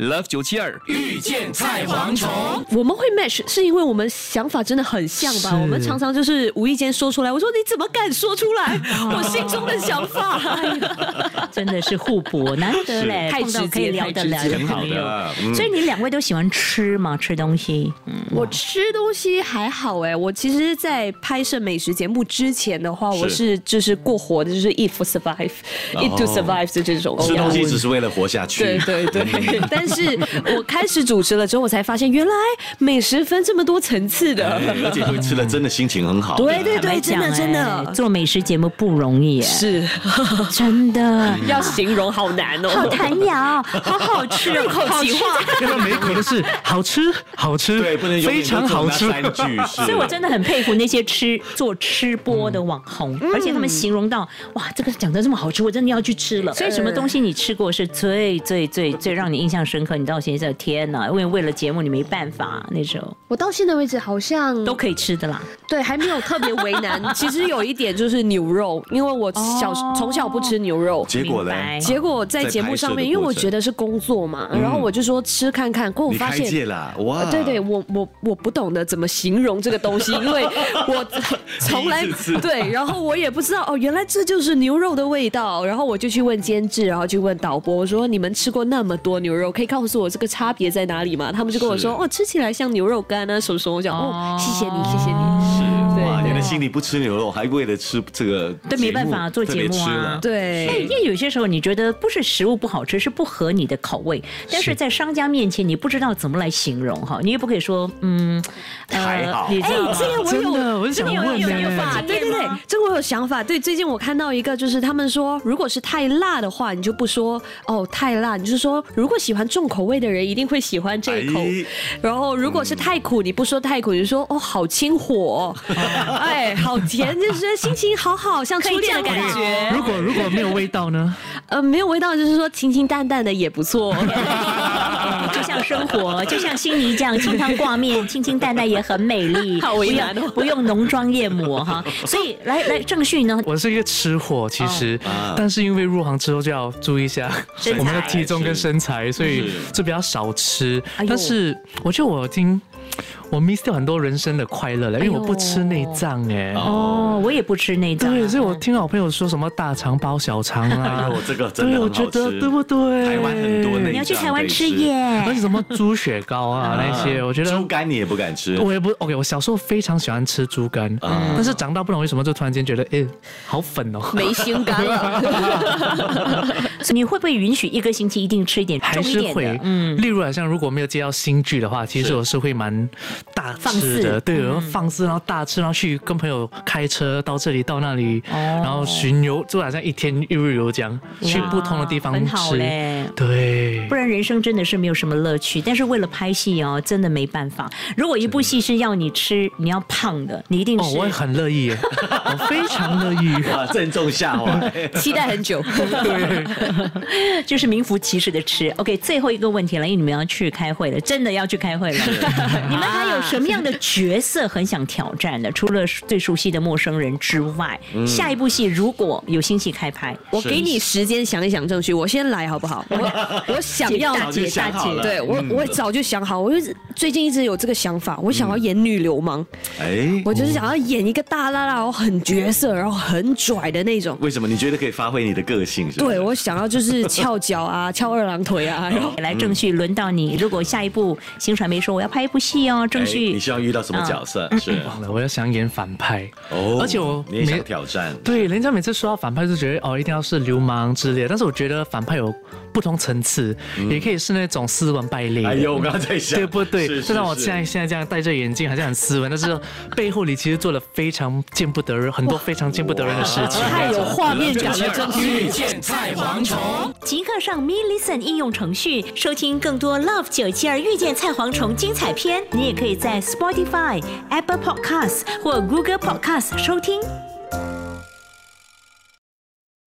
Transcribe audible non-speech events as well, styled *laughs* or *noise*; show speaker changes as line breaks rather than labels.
Love 九七二遇见菜蝗虫，
我们会 match 是因为我们想法真的很像吧？
是
我们常常就是无意间说出来，我说你怎么敢说出
*laughs*
来我心中的想法？
真的是互补，难得嘞，
太
碰到
直接
可以聊得来
太直接
挺好
朋友。
的。嗯
所以你两位都喜欢吃嘛？吃东西，嗯，
我吃东西还好哎，我其实，在拍摄美食节目之前的话，
是
我是就是过活的，就是 eat for survive、eat to survive 的这种。
哦吃东西只是为了活下去。
对对对， *laughs* 但是我开始主持了之后，我才发现原来美食分这么多层次
*laughs* *laughs*
的。
哎而且会吃了，真的心情很好。
对对
坦白
对，真的
讲
真
哎
的
做美食节目不容易耶，
是
*laughs* 真的。
要形容 *laughs* 好难哦。
好弹 *laughs* 牙，好 *laughs* 好吃，
入哦口即化
好吃
要不然每一口都是好吃，好吃，
对，不能永
非
远都
常
做
好
那
吃。
三句是。
所以我
嗯
真的很佩服那些吃做吃播的网红，
嗯
而且他们形容到哇，这个讲的这么好吃，我真的要去吃了。所以什么东西你吃过是最最最最让你印象深刻？你到现在天哪，因为为了节目你没办法，那时候
我到现在为止好像
都可以吃的啦。
对，还没有特别为难。其实有一点就是牛肉，因为我小、
哦
从小不吃牛肉。
结果呢？
明白
结果在
在
节目
拍摄
上
的
面，因为
过
我
程嗯
觉得是工作嘛，然后我就说吃看看，可我
你
发
开
现
戒啦，哇！
呃对对，我我我不懂得怎么形容这个东
*laughs*
西，因为我从来
第一次吃
对，然后我也不知道哦，原来这就是牛肉的味道。然后我就去问监制，然后去问导播，我说你们吃过那么多牛肉，可以告诉我这个差别在哪里吗？他们就跟我说
是
哦，吃起来像牛肉干啊什么什么。我讲哦，谢谢你，谢谢你。
哦是
对
哇，
对
原来心里不吃牛肉，还为了吃这个
对没办法做节目啊
特别吃了
哎
对
因，为有些时候你觉得不是食物不好吃，是不合你的口味，但是在商家面前你不知道怎么来形容哈，你也不可以说嗯，
还好
你知道吗
哎这个我
真
有。
的，我是
这
想
个有
问
有
呢
有法
对对对，这个我有想法。对，最近我看到一个，就是他们说，如果是太辣的话，你就不说哦太辣，你就说如果喜欢重口味的人一定会喜欢这一口。
哎
然后如果是太苦，你不说太苦，你就说哦好清火，哎好甜，就是心情好好，像初恋的感
可以这样
觉。 *laughs*
如果如果没有味道呢？
呃，没有味道，就是说清清淡淡的也不错。
哎
*laughs*
哎
嗯就像生活，就像心泥酱，清汤挂面， *laughs* 清清淡淡也很美
*laughs*
丽。
好为难哦
不用不用浓妆艳抹哈。所以来来郑旭呢，
我是一个吃货，其实，
啊
但是因为入行之后就要注意一下
身材
我们的体重跟身材，所以就比较少吃
哎。呦
但是我觉得我已经我 miss 掉很多人生的快乐
哎
了，因为我不吃内脏哎。
哦，我也不吃内脏啊。
对，所以我听好朋友说什么大肠包小肠
*laughs* *laughs* 哎
啊， *laughs*
呦，这个真的
对，我
很
觉
好
得
吃，
对不对？
台湾很多内
你要去
脏
台湾
可以
吃
吃
耶
而。且什么猪血糕啊那些，我觉得
猪肝你也不敢吃，
我也不 OK，我小时候非常喜欢吃猪肝，
啊
嗯
但是长大不懂为什么就突然间觉得，哎，好
*laughs*
粉哦。
没心肝 *laughs* 了，
你会不会允许一个星期一定吃一点
还
重一
是
点
会
的？，嗯，
例如好啊像如果没有接到新剧的话，其实我是会蛮大
放
吃
肆嗯
的，对，然后放肆，然后大吃，然后去跟朋友开车到这里到那里，
哦
然后巡游，就好像一天一日游这样，去不同的地方
很好
吃，
嘞。
对
不，然人生真的是没有什么乐趣。但是为了拍戏哦，真的没办法。如果一部戏是要你吃，你要胖的，你一定
哦，
是
我也很乐意耶，我非常乐意。
哇， *laughs* 正中下
*laughs*
怀。
期待很久。
*laughs* 就是名副其实的吃。OK，最后一个问题了，因为你们要去开会了，真的要去开会
*laughs*
了。你们还有什么样的角色很想挑战的？除了最熟悉的陌生人之外，下一部戏如果有新戏开拍，
我给你时间想一想，郑旭，我先来好不好？我我想 *laughs* 要
大姐大姐
对我，
嗯
我早就想好，我就最近一直有这个想法，我想要演女流氓，
哎，
我就是想要演一个大辣辣，然后很角色，然后很拽的那种。
为什么你觉得可以发挥你的个性？是不是
对，我想要就是翘脚啊，翘二郎腿啊，
嗯
然后
来郑旭，轮到你。如果下一部新传媒说我要拍一部戏哦，郑
哎
旭
你希望遇到什么角色？
嗯
是
忘了，我要想演反派
哦，
而且我
你也想
没
挑战，
对，人家每次说到反派就觉得哦，一定要是流氓之类的，但是我觉得反派有不同层次，也可以是那种斯文败类的。
哎呦，我刚刚在想，
对不对？
是是
就让我现在
是
现在这样戴着眼镜，好像很斯文，但是背后里其实做了非常见不得人，很多非常见不得人的事情。
哎
太有画面感了，郑旭。
即刻上 Me Listen 应用程序收听更多 Love 九七二遇见菜蝗虫精彩片。你也可以在 Spotify、Apple Podcasts 或 Google Podcasts 收听。